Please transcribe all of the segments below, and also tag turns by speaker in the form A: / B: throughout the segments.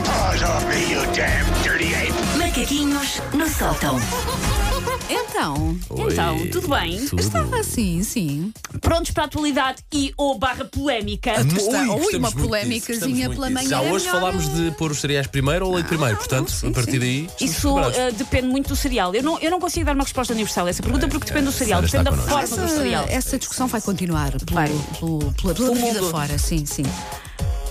A: off me, you damn dirty ape!
B: Macaquinhos no sótão.
C: Então,
D: Oi,
E: Então, tudo bem?
D: tudo. tá-
C: estava sim, sim.
E: Prontos para a atualidade e ou barra polémica?
D: Gostamos-
C: Ui,
D: gostamos
C: uma
D: muito disso,
C: polémicazinha
D: gostamos muito
C: pela
D: disso.
C: manhã
D: Já
C: é
D: hoje
C: melhor. Ah,
D: falámos de pôr os cereais primeiro ou leite primeiro, portanto,
C: sim,
D: a partir
C: sim.
D: daí. estamos
E: Isso
D: preparados.
E: eh, depende muito do cereal. Eu não, eu não consigo dar uma resposta universal a essa pergunta porque depende do cereal,
D: Sara está
E: depende da
D: connosco.
E: forma do cereal.
C: Essa, é- essa discussão vai continuar pelo,
E: Vai.
C: pelo- pela, pela
E: O
C: vida
E: mundo.
C: fora, sim, sim.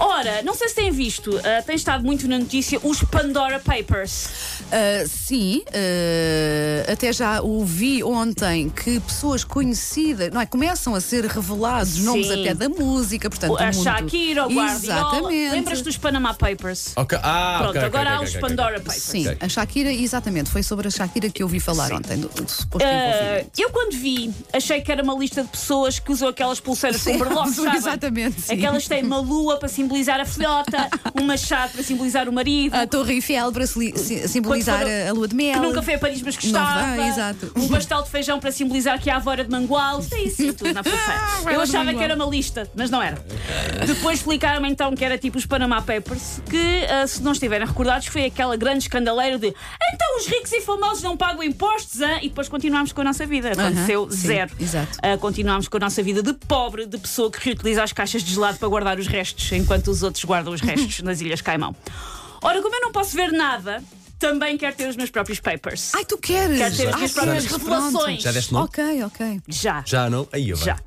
E: Ora, não sei se têm visto, eh, tem estado muito na notícia os Pandora Papers.
C: Ah, sim, ah, até já ouvi ontem que pessoas conhecidas, não é? Começam a ser revelados nomes
E: Sim.
C: até da música, portanto,
E: O-
C: o
E: a
C: mundo-
E: Shakira, o Guardiola.
C: Exatamente.
E: Lembras-te dos Panama Papers?
D: Ok, Ah,
E: Pronto,
D: ok, ok,
E: agora
D: ok,
E: há os
D: ok, ok.
E: Pandora Papers.
C: Sim,
D: Ok.
C: a Shakira, exatamente, foi sobre a Shakira que eu ouvi falar ontem, do, do suposto
E: Eh,
C: envolvimento.
E: eu quando vi, achei que era uma lista de pessoas que usam aquelas pulseiras com berloques, sabem?
C: Exatamente, sim.
E: Aquelas que têm uma lua para simbolizar a filhota, um machado para simbolizar o marido,
C: A Torre Eiffel para soli- si- simbolizar
E: foram-
C: a, a lua de mel.
E: que nunca foi a Paris, mas
C: Não
E: gostava.
C: vai, exato.
E: Um pastel de feijão para simbolizar que há avora de mangual. Tem isso e tudo na perfeição. Eu
C: Ah, de
E: achava
C: mangual.
E: que era uma lista, mas não era. Depois explicaram-me então que era tipo os Panama Papers, que ah, se não estiverem recordados foi aquela grande escandaleira de então os ricos e famosos não pagam impostos, hã?" e depois continuámos com a nossa vida. Aconteceu
C: sim,
E: zero.
C: exato.
E: Ah, continuámos com a nossa vida de pobre, de pessoa que reutiliza as caixas de gelado para guardar os restos, enquanto os outros guardam os restos nas Ilhas Caimão. Ora, como eu não posso ver nada, também quero ter os meus próprios papers.
C: Ai, tu queres?
E: Quero ter as
C: Ah, queres,
E: minhas próprias
C: pronto.
E: revelações.
D: Já deste nome?
C: Ok, ok.
E: Já.
D: Já não? Aí eu
E: Já.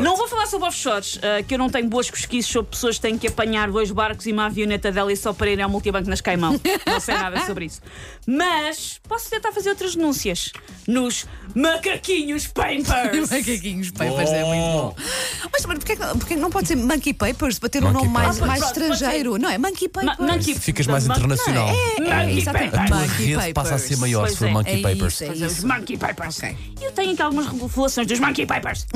E: Não vou falar sobre offshores, eh, que eu não tenho boas pesquisas sobre pessoas que têm que apanhar dois barcos e uma avioneta dela e só para irem ao multibanco nas Caimão. não sei nada sobre isso. Mas posso tentar fazer outras denúncias nos macaquinhos papers.
C: Macaquinhos papers
D: Oh,
C: é muito bom. Mas mas porquê, é que- porquê que não pode ser Monkey Papers para ter um
D: Monkey
C: nome mais,
D: Papers.
C: mais
E: Ah, pronto,
C: estrangeiro? Não é? Monkey Papers.
E: Ma- monkey-
D: Ficas mais
E: ma-
D: internacional.
C: É, é,
E: Monkey
C: exatamente.
E: Papers.
D: A tua
C: Monkey
D: rede passa a ser
C: Papers.
D: maior
E: Pois
D: se for
E: é,
C: É
D: Monkey
C: isso,
D: Papers.
C: é
E: Fazer os
C: isso.
E: Monkey Papers.
C: Ok.
E: Eu tenho aqui algumas revelações dos Monkey Papers.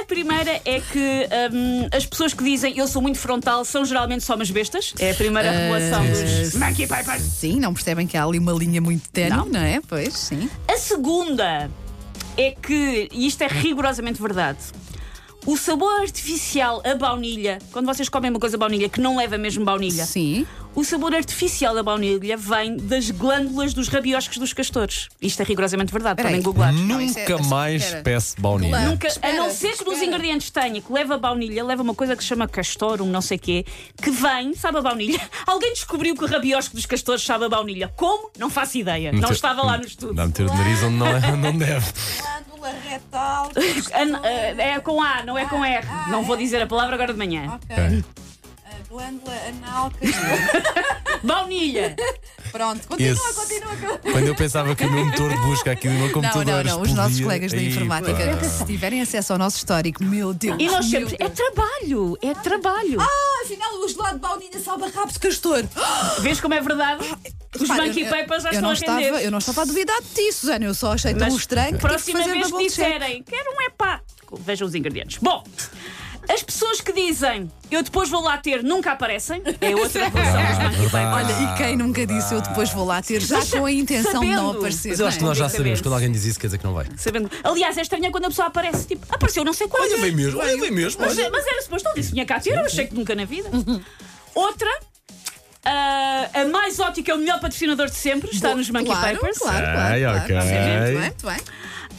E: A primeira é que hum, as pessoas que dizem eu sou muito frontal são geralmente só umas bestas. É a
C: Ah,
E: primeira revelação dos Monkey Papers.
C: Sim, não percebem que há ali uma linha muito tenue, não, é? Pois, sim.
E: A segunda é que, e isto é rigorosamente verdade, o sabor artificial a baunilha, quando vocês comem uma coisa a baunilha que não leva mesmo baunilha,
C: Sim.
E: o sabor artificial da baunilha vem das glândulas dos rabioscos dos castores. Isto é rigorosamente verdade,
C: Peraí.
E: podem googlar.
C: Não, isso é-
D: Nunca mais
C: espera.
D: peço baunilha.
C: Claro.
E: Nunca, a
C: Espera,
E: não ser que nos
C: espera.
E: ingredientes tenha que leva baunilha, leva uma coisa que se chama castor, um não sei quê, que vem, sabe a baunilha? Alguém descobriu que o rabiosco dos castores sabe a baunilha. Como? Não faço ideia. Não
D: Meter-
E: estava lá no estudo.
D: Dá meter o nariz onde não, é- não deve.
F: glândula retal.
E: An- eh, É com A, não é com R. Não vou dizer a palavra agora de manhã.
F: Ok.
D: Ok.
C: É.
F: A glândula anal. que-
E: Baunilha!
F: Pronto, continua,
D: Esse-
F: continua. continua.
D: Quando eu pensava que o meu motor de busca aqui do meu
C: Não,
D: computador.
C: não, não. Os
D: explodia,
C: nossos colegas da
D: aí,
C: informática,
D: pá.
C: se tiverem acesso ao nosso histórico, meu Deus.
E: E nós
C: meu
E: sempre. É
C: Deus.
E: trabalho! É trabalho!
F: Ah, afinal, o gelado de baunilha salva rabos de castor.
E: Vês como é verdade? Os
C: Pá, eu-
E: Monkey
C: Ah. eu-
E: Papers já
C: eu não
E: estão a
C: estava,
E: render.
C: Eu não estava a duvidar de ti, Susana. Eu só achei tão
E: Mas
C: estranho que tive que
E: próxima
C: fazer
E: vez
C: double
E: que
C: check.
E: disserem quero um epá, vejam os ingredientes. Bom, as pessoas que dizem eu depois vou lá ter nunca aparecem. É outra versão dos Monkey
D: verdade.
E: Papers.
C: Olha, e quem nunca disse eu depois vou lá ter, já com a intenção de não
E: sabendo.
C: aparecer.
D: Mas eu acho que
C: não é?
D: nós já sabemos.
E: Exatamente.
D: Quando alguém diz isso, quer dizer que não vai.
E: Sabendo- Aliás, é estranho é quando a pessoa aparece, tipo, apareceu não sei quando.
D: Olha, vem mesmo. Olha, vem mesmo.
E: Mas, mas era suposto, ele disse: vinha cá ter, eu achei que nunca na vida. Outra, ah, a mais ótica é o melhor patrocinador de sempre, está nos Monkey
C: claro,
E: Papers.
C: Claro, claro.
D: Ai,
C: claro.
D: Ah, ok.
C: Obviamente, muito bem, muito bem.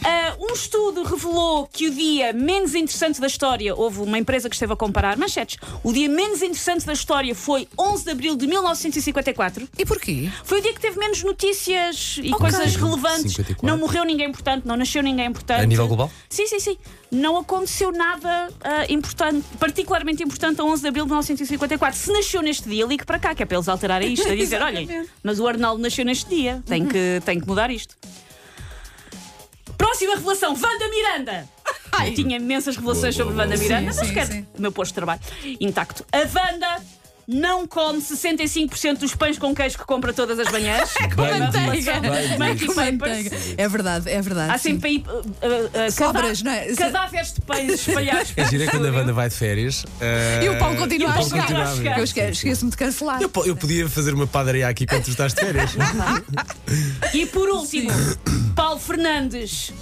E: Ah, um estudo revelou que o dia menos interessante da história, houve uma empresa que esteve a comparar manchetes, o dia menos interessante da história foi 11 de abril de 1954.
C: E porquê?
E: Foi o dia que teve menos notícias e coisas relevantes.
D: 54.
E: Não morreu ninguém importante, não nasceu ninguém importante.
D: A nível global?
E: Sim, sim, sim. Não aconteceu nada ah, importante, particularmente importante a 11 de abril de 1954. Se nasceu neste dia, ligue para cá, que é para eles alterarem isto, a dizer: olhem, mas o Arnaldo nasceu neste dia, tem que, tem que mudar isto. Próxima revelação: Wanda Miranda. Eu tinha imensas revelações
D: Boa, boa,
E: sobre Wanda
D: boa.
E: Miranda,
C: Sim,
E: mas
C: sim,
E: quero
C: sim.
E: o meu posto de trabalho intacto. A Wanda não come 65% dos pães com queijo que compra todas as manhãs.
D: Com É manteiga.
E: Monkey
C: Manteiga.
E: papers.
C: É verdade, é verdade.
E: Há
C: sim.
E: sempre aí uh, uh, uh,
C: Sobras,
E: cada-
C: não é? Se-
E: cadáveres de pães espalhados.
D: É gira quando a banda vai de férias. Ah,
C: E o pão continua
E: E o pão
C: a chegar.
E: continua a chegar.
C: Eu esque- esqueço-me de cancelar.
D: eh, Eu, po- eu podia fazer uma padaria aqui quando tu estás de férias.
E: E por último, Paulo Fernandes.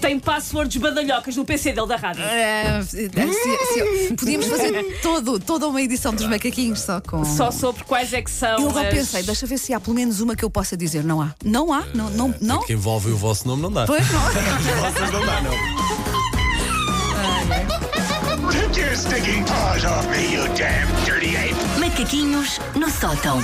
E: tem passwords badalhocas no PC dele da rádio.
C: Eh, se- se- podíamos fazer todo, toda uma edição dos macaquinhos só com.
E: Só sobre quais é que são.
C: eu agora
E: as-
C: pensei, deixa ver se há pelo menos uma que eu possa dizer. Não há. Não há? Não? não, não?
D: Que envolve o vosso nome não dá.
C: Pois não.
D: Vocês não dá, não.
A: Take your stinking paws off me, you damn dirty ape!
B: Macaquinhos no sótão.